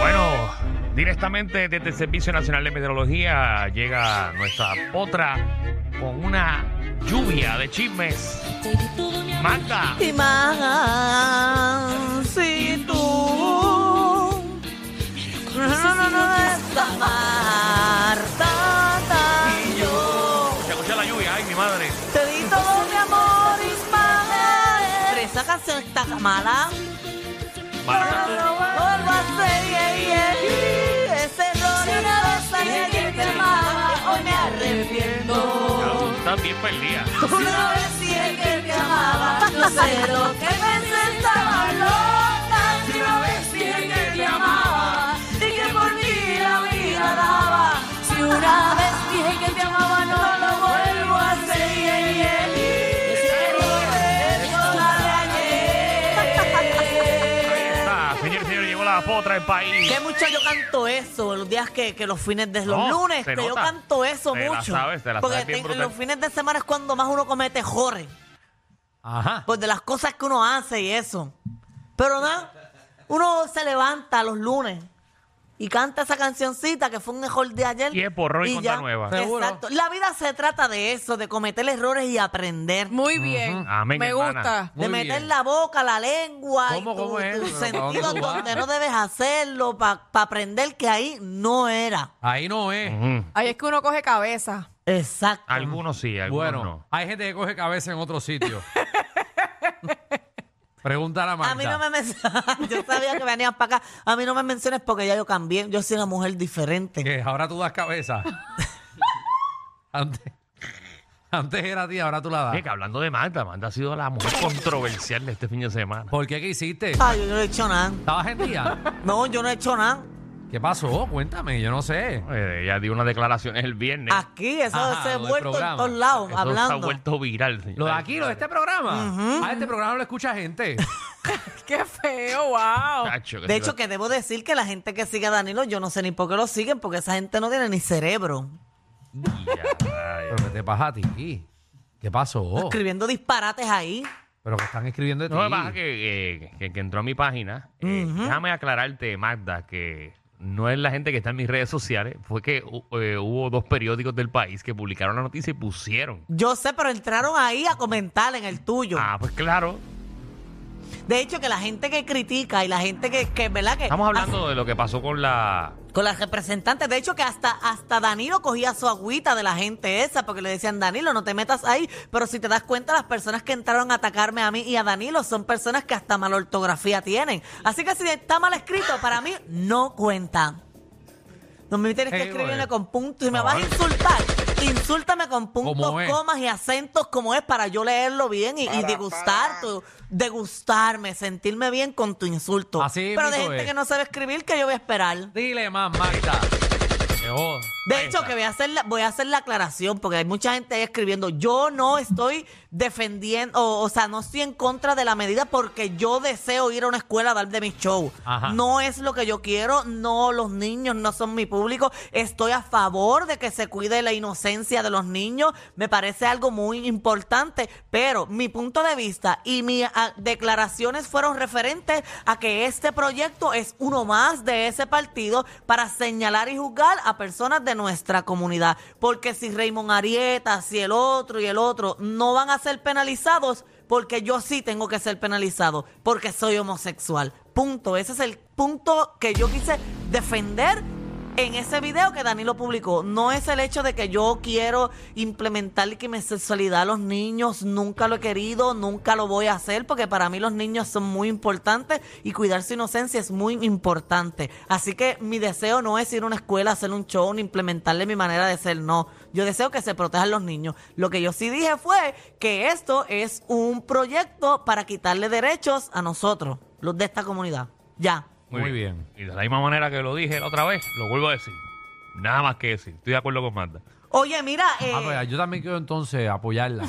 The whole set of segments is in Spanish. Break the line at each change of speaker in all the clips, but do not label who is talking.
Bueno, directamente desde el Servicio Nacional de Meteorología llega nuestra otra con una lluvia de chismes. Magda,
Y más si tú no, no, no, esta Marta yo
se escucha la lluvia, ay mi madre.
te di todo mi amor y más. Pero esa canción está mala.
Magda,
Vuelvo a ser yeah, yeah. Ese error una vez sabía que te amaba, hoy me arrepiento.
tú estás bien perdida.
Una vez dije que te amaba, no sé lo que pensé, estaba loca. Si una vez dije que te amaba, y que por ti la vida daba. Si una vez dije que te amaba, no lo vuelvo a hacer. yeah, yeah. Ese error, eso la
Ahí está, señor, señor, llegó la potra del país.
Que mucho yo canto eso, los días que, que los fines de los
No,
lunes,
se
que yo
nota.
canto eso
Te la
mucho.
sabes, te la
porque
sabes bien
te-
brutal.
los fines de semana es cuando más uno comete jorre,
Ajá.
pues de las cosas que uno hace y eso. Pero nada, uno se levanta los lunes y canta esa cancioncita que fue un mejor de ayer.
Y es borrón y cuenta nueva.
Seguro.
Exacto. La vida se trata de eso, de cometer errores y aprender.
Muy bien.
Amén,
Me
hermana.
gusta.
de
Muy
meter
bien.
la boca, la lengua
¿Cómo,
y tu,
cómo es?
tus
¿Para dónde
sentidos
tú vas?
donde no debes hacerlo para aprender que ahí no era.
Ahí no es.
Mm,
Ahí es que uno coge cabeza.
Exacto.
Algunos sí, algunos
Bueno,
no.
hay gente que coge cabeza en otro sitio. Pregunta a la Magda.
A mí no me mencionas. yo sabía que venías para acá. A mí no me menciones porque ya yo cambié. Yo soy una mujer diferente.
Que ahora tú das cabeza. antes, antes era a ti, ahora tú la das.
Oye, que hablando de Magda, Magda ha sido la mujer controversial de este fin de semana.
¿Por qué? ¿Qué hiciste?
Ay, yo no he hecho nada.
¿Estabas en día?
No, yo no he hecho nada.
¿Qué pasó? Cuéntame, yo no sé.
Eh, Ella dio unas declaraciones el viernes.
Aquí, eso
Ajá,
se ha
lo del
vuelto en
programa.
todos lados,
Eso se ha
Ah, hablando.
vuelto viral. señora.
Lo de aquí, lo de este programa. A este programa lo escucha gente.
Qué feo, wow.
Cacho, que
De
sí,
hecho, que debo decir que la gente que sigue a Danilo, yo no sé ni por qué lo siguen, porque esa gente no tiene ni cerebro.
ya, ya.
¿Pero qué te pasa a ti? ¿Qué
Oh.
pasó?
Escribiendo disparates ahí.
¿Pero que están escribiendo de ti?
No, lo que pasa es que, eh, que, que entró a mi página. eh, Déjame aclararte, Magda, que no es la gente que está en mis redes sociales. Fue que hu- eh, hubo dos periódicos del país que publicaron la noticia y pusieron.
Yo sé, pero entraron ahí a comentar en el tuyo.
Ah, pues claro.
De hecho, que la gente que critica y la gente que, que ¿verdad? Que
Estamos hablando de lo que pasó con la...
Con las representantes. De hecho, que hasta, hasta Danilo cogía su agüita de la gente esa, porque le decían, Danilo, no te metas ahí. Pero si te das cuenta, las personas que entraron a atacarme a mí y a Danilo son personas que hasta mala ortografía tienen. Así que si está mal escrito, para mí no cuenta. No me tienes que
Hey,
escribirme
bueno.
con puntos. Si me vas a insultar, insúltame con puntos,
Como es.
comas y acentos como es para yo leerlo bien y, y degustar tu- degustarme, sentirme bien con tu insulto.
Así
Pero de
mismo
gente
es.
que no sabe escribir, que yo voy a esperar.
Dile más, Magda. Te jodo.
De hecho, que voy a, hacer la, voy a hacer la aclaración, porque hay mucha gente ahí escribiendo, yo no estoy defendiendo, o, o sea, no estoy en contra de la medida porque yo deseo ir a una escuela a dar de mi show.
Ajá.
No es lo que yo quiero, no, los niños no son mi público, estoy a favor de que se cuide la inocencia de los niños, me parece algo muy importante, pero mi punto de vista y mis ah, declaraciones fueron referentes a que este proyecto es uno más de ese partido para señalar y juzgar a personas de nuestra comunidad. Porque si Raymond Arieta, si el otro y el otro no van a ser penalizados, porque yo sí tengo que ser penalizado, porque soy homosexual. Punto. Ese es el punto que yo quise defender en ese video que Danilo publicó. No es el hecho de que yo quiero implementar que mi sexualidad a los niños. Nunca lo he querido, nunca lo voy a hacer, porque para mí los niños son muy importantes y cuidar su inocencia es muy importante. Así que mi deseo no es ir a una escuela, hacer un show, ni implementarle mi manera de ser. No, yo deseo que se protejan los niños. Lo que yo sí dije fue que esto es un proyecto para quitarle derechos a nosotros. luz de esta comunidad. Ya.
Muy bien.
Y de la misma manera que lo dije la otra vez, lo vuelvo a decir. Nada más que decir. Estoy de acuerdo con Magda.
Oye, mira, eh,
Ah, pues, yo también quiero entonces apoyarla.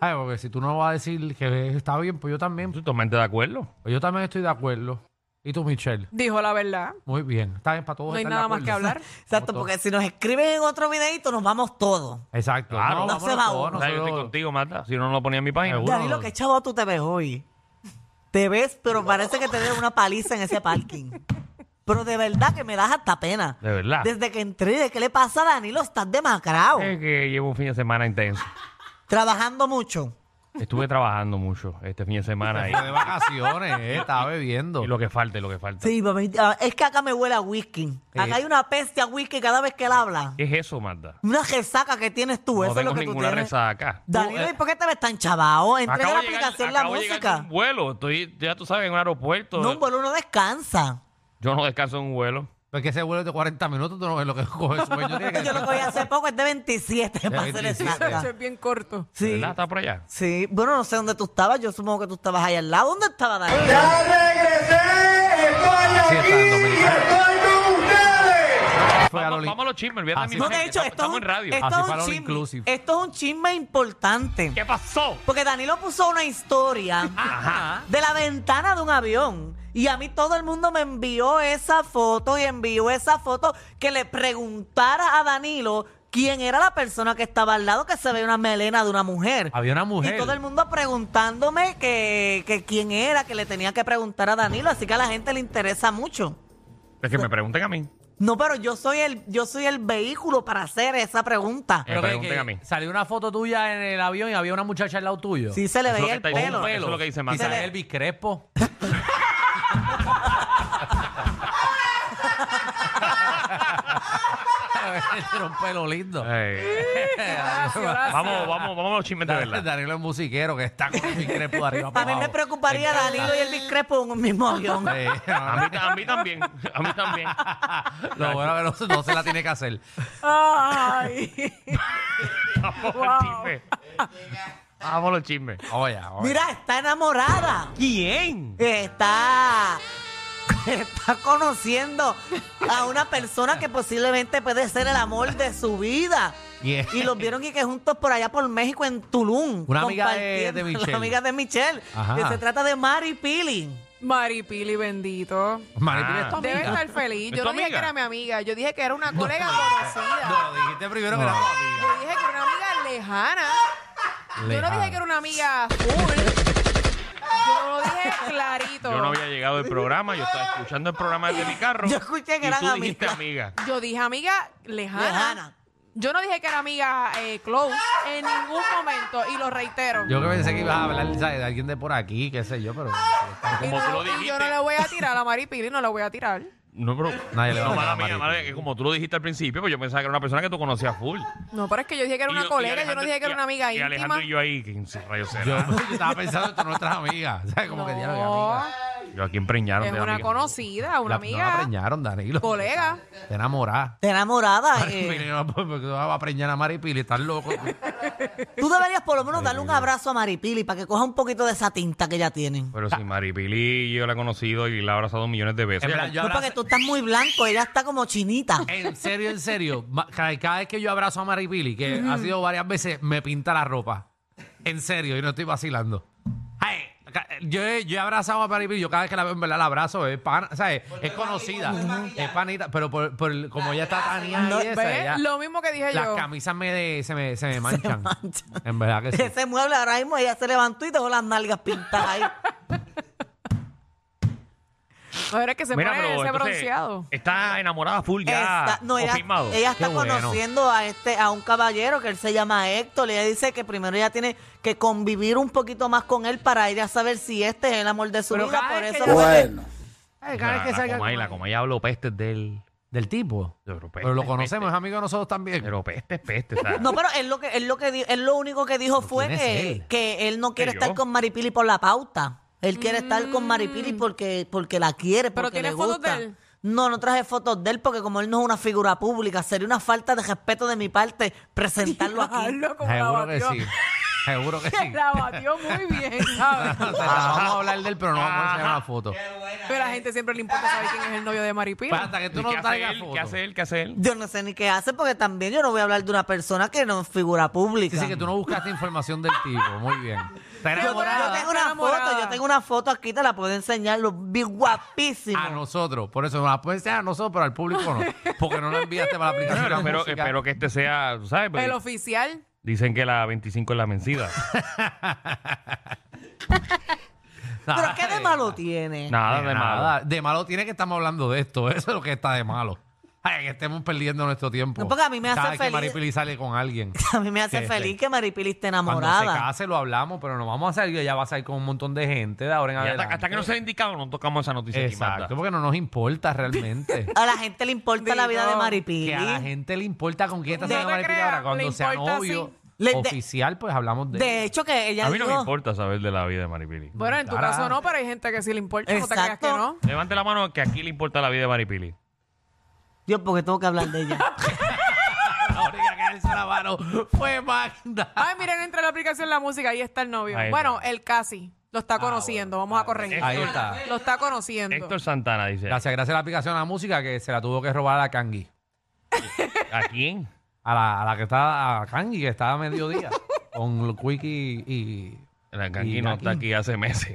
Ay, porque si tú no vas a decir que está bien, pues yo también.
Estoy totalmente de acuerdo.
Pues yo también estoy de acuerdo. ¿Y tú, Michelle?
Dijo la verdad.
Muy bien. Está bien para todos.
No hay
estar de
nada más
acuerdo.
que hablar.
exacto, porque si nos escriben en otro videito, nos vamos todos.
Exacto.
Claro. No
vámonos
se va
todos,
uno.
O sea, yo estoy
nosotros-
contigo, Magda. Si no, no lo ponía en mi página.
Seguro.
Danilo, qué chavo tú te ves hoy. Te ves, pero parece que te dieron una paliza en ese parking. Pero de verdad que me das hasta pena.
De verdad.
Desde que entré, ¿de qué le pasa a Danilo? Estás demacrado.
Es que llevo un fin de semana intenso.
Trabajando mucho.
Estuve trabajando mucho este fin de semana.
Fue de
Y,
vacaciones, eh, estaba bebiendo.
y lo que falte, lo que falte.
Sí, mami, ah, es que acá me huele a whisky. Acá hay una peste a whisky cada vez que él habla.
¿Qué es eso, Magda?
Una resaca que tienes tú,
No
eso es lo
tengo
que tú
ninguna
tienes.
reza acá.
Danilo, ¿y por qué te ves tan chavao? Entra en la
de llegar-
aplicación
eh, acabo
la
de llegar de
música.
un vuelo. Estoy, ya tú sabes, en un aeropuerto.
No, un vuelo no descansa.
Yo no descanso en un vuelo.
Porque ese vuelo es de 40 minutos, tú no ves lo que coge sueño. Tiene que
Yo lo que voy a hacer poco es de 27 para hacer
27.
Eso
exacta.
es bien corto.
Sí.
Sí.
¿Verdad? Está por allá.
Sí, bueno, no sé dónde tú estabas, yo supongo que tú estabas ahí al lado. ¿Dónde estaba Danilo?
Ya regresé,
Sí,
estoy
está en
aquí y
Dominicana.
estoy con ustedes.
Fue a lo
Vamos,
li-
vamos a los chismes, olvídate
Así
mi
No,
fue.
gente,
de hecho,
estamos-
esto,
estamos
es un-
en radio.
esto
Así
es
fue
un
lo
chisme,
inclusive.
esto es un chisme importante.
¿Qué pasó?
Porque Danilo puso una historia de la ventana de un avión. Y a mí todo el mundo me envió esa foto y envió esa foto que le preguntara a Danilo quién era la persona que estaba al lado que se ve una melena de una mujer.
Había una mujer.
Y todo el mundo preguntándome que, que quién era, que le tenía que preguntar a Danilo. Así que a la gente le interesa mucho.
Es que me pregunten a mí.
No, pero yo soy el, yo soy el vehículo para hacer esa pregunta.
Eh, pregunten a mí.
Salió una foto tuya en el avión y había una muchacha al lado tuyo.
Sí se le
eso es
veía
lo que
el
está diciendo,
pelo.
Eso es lo que dice Magda.
Quizás
Se le-
Elvis Crespo. Tiene un pelo lindo.
Eh,
Gracias, gracias.
vamos, vamos, vamos a los chismes de
Danilo
verdad.
Danilo es musiquero que está con Elvis Crespo de arriba.
A mí me preocuparía Danilo y Elvis Crespo en un mismo avión.
A mí, ta- a mí también, a mí también.
Lo bueno que no, no se la tiene que hacer.
Ay.
Vamos a los
Wow.
chismes. Vamos a los chismes.
Oye, oye.
Mira, está enamorada.
¿Quién?
Está. Está conociendo a una persona que posiblemente puede ser el amor de su vida.
Yeah.
Y los vieron y que juntos por allá por México en Tulum.
Una amiga
compartiendo-
de- de Michelle.
Una amiga de Michelle.
Ajá.
Que se trata de Mari Pili.
Maripili, bendito.
Maripili es tu
Ah. Debe
amiga.
estar feliz.
¿Es tu
Yo no dije
amiga?
que era mi amiga. Yo dije que era una colega conocida.
No, dijiste primero que era tu amiga.
Yo dije que era una amiga lejana. Yo no
Lejana.
dije que era una amiga full. Yo lo dije clarito.
Yo no había llegado al programa, yo estaba escuchando el programa desde mi carro.
Yo escuché que
y
eran
tú dijiste amiga.
Yo dije amiga lejana.
Lejana.
Yo no dije que era amiga eh, close en ningún momento y lo reitero.
Yo que pensé que ibas a hablar ¿sabes? de alguien de por aquí, qué sé yo, pero
Y
Como tú lo
y yo
dijiste.
no le voy a tirar a Mari Pili, no le voy a tirar.
No, pero.
Nadie le va a
no,
pegar
mala mía,
a Maripili.
mala mía, que como tú lo dijiste al principio, pues yo pensaba que era una persona que tú conocías full.
No, pero es que yo dije que era
Y
una
yo- y
colega, yo no
Alejandro-
dije que era
y-
una amiga
Y
íntima.
Alejandro y yo ahí, que en sus rayos
yo,
será.
yo estaba pensando en nuestras amigas, ¿sabes? Como que
No,
diablo, amiga.
Yo aquí empreñaron
es
de
una
amiga.
conocida, una
La- No la
amiga,
preñaron, Danilo.
colega.
Te enamorás.
Está enamorada. eh.
Mire, no, Porque tú vas a preñar a Maripili, estás loco.
Tú deberías por lo menos darle un abrazo a Maripili para que coja un poquito de esa tinta que ya tienen.
Pues,
Pero si Maripili yo la he conocido y la he abrazado millones de veces.
En plan, yo
No, porque
abrazo-
tú estás muy blanco, ella está como chinita.
En serio, en serio. ma- Cada cada vez que yo abrazo a Maripili, que ha sido varias veces, me pinta la ropa. En serio, y no estoy vacilando. Ay, ca- Yo, he- yo he abrazado a Maripili, yo cada vez que la veo, en verdad la abrazo, es pana, ¿sabes? Es conocida, es panita, pero por, por el- como ella está tan
No,
y esa,
¿Ves?
ella-
Lo mismo que dije
Las
yo.
camisas me de- se, me, se me manchan.
manchan.
En verdad que sí.
Ese mueble ahora mismo ella se levantó y dejó las nalgas pintadas ahí.
A ver, es que se
Mira,
pone
pero
ese
entonces,
bronceado.
Está enamorada full ya.
Está- no, ella,
confirmado.
ella está
Qué bueno.
conociendo a este, a un caballero que él se llama Héctor. Y ella dice que primero ella tiene que convivir un poquito más con él para ella saber si este es el amor de su
Pero
vida.
cada
Por
vez
eso
que ella-
fue que-
Ay, cada vez
La,
que
la
salga
coma ahí,
con-
la coma ahí hablo pestes del.
Del tipo.
Yo creo,
Pero lo
peste,
conocemos, es amigo de nosotros también.
Pues, Pero pestes, pestes. o sea,
No, pero él lo que, él lo que di- él lo único que dijo fue
quién es
que
él?
él? que él no quiere
yo?
estar con Maripili por la pauta. Él quiere estar con Maripili porque, porque la quiere,
¿Pero
porque
tiene
le
fotos
gusta.
de él?
No, no traje fotos de él porque como él no es una figura pública, sería una falta de respeto de mi parte presentarlo aquí.
Bajarlo como la
Seguro que
batió.
sí. Seguro que sí.
La batió muy bien,
O sea,
¿sabes?
vamos a hablar de él, pero no vamos a enseñar la foto.
Pero a la gente siempre le importa saber quién es el novio de
Pues
Maripila.
hasta que tú
¿Y
no
¿Qué hace
traigas
él?
foto.
¿Qué hace él? ¿Qué hace él?
Yo no sé ni qué hace porque también yo no voy a hablar de una persona que no es figura pública.
Sí, sí, que tú no buscaste información del tipo. Muy bien. Está
Yo, yo
enamorada
tengo una
enamorada.
foto, yo tengo una foto aquí, te la puedo enseñar, lo vi guapísimo.
a nosotros. Por eso Ah, no la puedes enseñar a nosotros, pero al público no. Porque no la enviaste para la
No,
aplicación.
pero
de
espero,
música.
espero que este sea, tú ¿sabes? Porque
El oficial.
Dicen que la 25 es la vencida.
Pero qué de malo tiene.
Nada
De
de malo.
nada. De malo tiene que estamos hablando de esto. Eso es lo que está de malo. Ay, que estemos perdiendo nuestro tiempo.
No, porque a mí me hace
Cada vez que
feliz-
Maripili sale con alguien.
A mí me hace
Sí,
feliz
sí.
que Maripili esté
Cuando
enamorada.
se case lo hablamos, pero no vamos a salir. Ella va a salir con un montón de gente de ahora en
Y hasta,
adelante.
hasta que no sea indicado, no tocamos esa noticia. aquí, Magda.
Exacto, porque no nos importa realmente.
A la gente le importa la vida de
Digo,
Maripili.
que a la gente le importa con quién está
No
saliendo
te
Maripili
creas,
ahora. Cuando
le
sea
importa,
novio
sí.
Le- de-
oficial, pues hablamos de,
De hecho, que ella
A mí no me
dijo-
importa saber de la vida de Maripili.
Bueno, en tu
Cara.
caso no, pero hay gente que sí le importa. No te creas
Exacto.
que no.
Levante la mano que aquí le importa la vida de Maripili.
Dios, porque tengo que hablar de ella.
La única que alzó la mano fue Magda.
Ay, miren, entra la aplicación la música, ahí está el novio.
Ahí está.
Bueno, el casi. Lo está conociendo, vamos a corregir.
Ah, Ahí está.
Lo está conociendo.
Héctor Santana dice.
Gracias, gracias a la aplicación a la música que se la tuvo que robar a la Kangi.
¿A quién?
A la, a la que está, a Kangi, que estaba a mediodía. con Quickie y.
La
Y
Kanki no
Naki.
está aquí hace meses.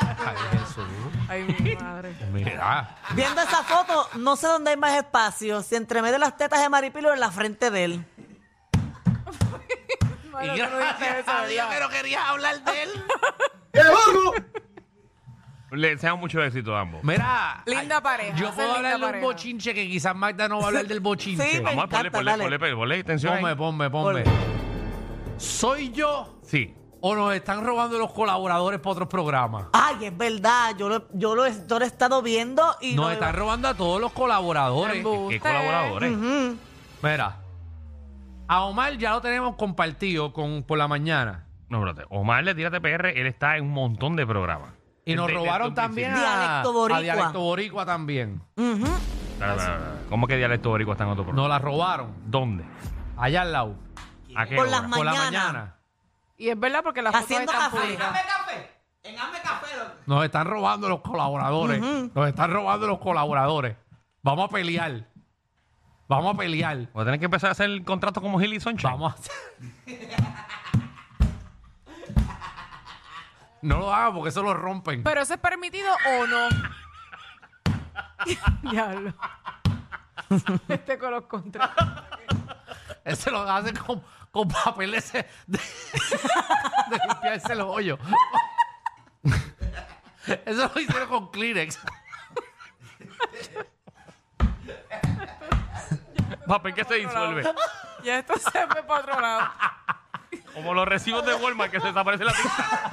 Ay, Jesús.
Ay, mi madre.
Mira.
Viendo esa foto, no sé dónde hay más espacio, si entre medio de las tetas de Maripili o en la frente de él.
Y
Bueno, tú no dijiste
gracias
eso,
a Dios que
¿verdad?
no querías hablar de él.
Le deseamos mucho éxito a ambos.
Mira.
Linda
ay,
pareja,
Yo
esa
puedo
es linda
hablar de un
pareja.
bochinche que quizás Magda no va a hablar del bochinche.
Sí, me
Vamos a ponerle,
encanta,
ponle,
dale.
ponle, ponle, ponle atención.
Ponme,
ahí.
ponme, ponme. ¿Soy yo
Sí.
o nos están robando los colaboradores para otros programas?
Ay, es verdad, yo lo, yo lo, he- yo lo he estado viendo y
Nos
no-
están robando a todos los colaboradores. Eh,
Embuste.
¿Qué ¿eh? colaboradores?
Mira. A Omar ya lo tenemos compartido con por la mañana.
No, espérate. Omar le tira TPR, él está en un montón de programas.
Y nos
Desde- desde
robaron
un
también a,
principio.
Dialecto
a
boricua.
Dialecto Boricua también.
Espera, espera, espera. ¿Cómo que dialecto boricua está en otro programa?
Nos la robaron.
¿Dónde?
Allá al lado.
¿A qué
Por
hora?
las
Por la
Mañana.
mañana.
Y es verdad porque las fotos
haciendo
están
café.
públicas.
Nos están robando los colaboradores. Nos están robando los colaboradores. Vamos a pelear. Vamos a pelear.
Voy a tener que empezar a hacer el contrato como Gil y Soncha.
Vamos a hacer- No lo hagan porque eso lo rompen.
Pero eso es permitido o no. Diablo. este con los contratos.
Ese lo hacen con, con papel de, ce- de, de limpiarse los hoyos. Eso lo hicieron con Kleenex.
Papel que se disuelve.
Ya esto se fue para otro lado.
Como los recibos de Walmart que se desaparece la pizza.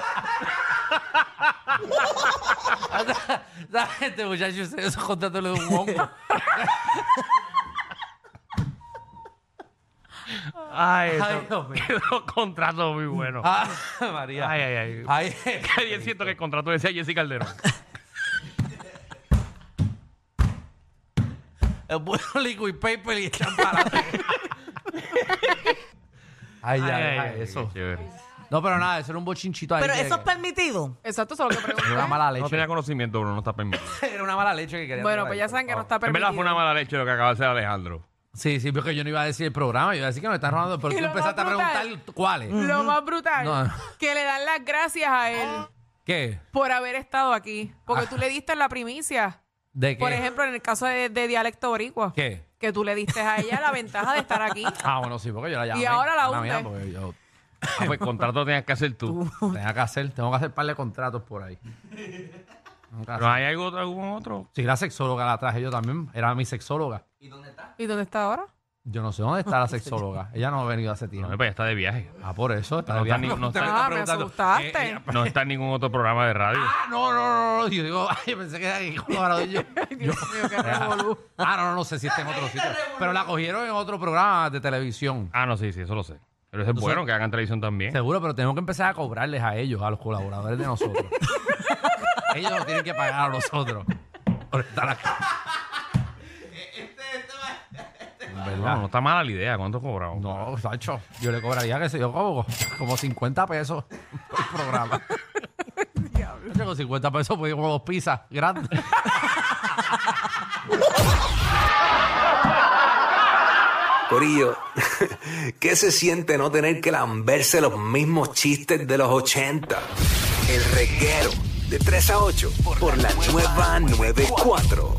La gente, muchachos, esos contratos le dan un hongo.
Ay, eso-
Ay, Dios mío.
Quedó contrato muy bueno.
Ah, María.
Ay, ay, ay.
Ay,
Nadie siento que el contrato decía Jessy Calderón.
El bueno liquid paper y están parados. ay, ya, deja eso.
qué chévere.
No, pero nada, eso era un bochinchito ahí.
Pero
que-
eso es permitido.
Exacto, eso es lo que
era una
pregunté.
mala
No
leche.
tenía conocimiento, Bruno, no está permitido.
era una mala leche que quería.
Bueno,
tirar
pues
ahí,
ya
por
saben que no
favor.
está
En verdad
permitido.
fue una mala leche lo que acaba de hacer Alejandro.
Sí, sí, porque yo no iba a decir el programa, yo iba a decir que nos están robando, pero
Y
tú
lo
empezaste a
más Mm.
preguntar cuáles.
Lo más brutal,
No.
que le dan las gracias a él
¿Qué?
por haber estado aquí. Porque tú le diste la primicia.
¿De Ah. qué?
Por ejemplo, en el caso de, de Dialecto Boricua.
¿Qué?
Que tú le diste a ella la ventaja de estar aquí.
Ah, bueno, sí, porque yo la llamé.
ahora la
mía,
hunde.
porque yo
Ah, pues contrato tenías que hacer tú.
tenía que hacer, tengo que hacer un par de contratos por ahí. Tengo que hacer-
¿No hay algo, algún otro?
Sí, la sexóloga la traje yo también, era mi sexóloga.
¿Y dónde está ahora?
Yo no sé dónde está la sexóloga. Ella no ha venido hace
No,
tiempo.
pues está de viaje.
Ah, por eso. Está
No
de
está
viaje.
ni- no está-
estaba
Ah, me
preguntando. Eh,
asustaste.
No está en ningún otro programa de radio.
Ah, no, no, no, no. Yo digo, ay, pensé que era aquí Colorado yo.
Dios mío, qué revolú.
Ah, no, no, no sé si está en otro sitio. Pero la cogieron en otro programa de televisión.
Ah, no, sí, sí, eso lo sé. Pero eso es bueno que hagan televisión también.
Seguro, pero tenemos que empezar a cobrarles a ellos, a los colaboradores de nosotros. ellos nos tienen que pagar a nosotros. Por estar acá.
No, no está mala la idea. ¿Cuánto cobramos?
No, Sancho, yo le cobraría, que sé yo, como, como 50 pesos por programa. Sancho, con 50 pesos podía como dos pizzas grandes.
Corillo, ¿qué se siente no tener que lamberse los mismos chistes de los 80? El reguero de 3 a 8 por la nueva 94.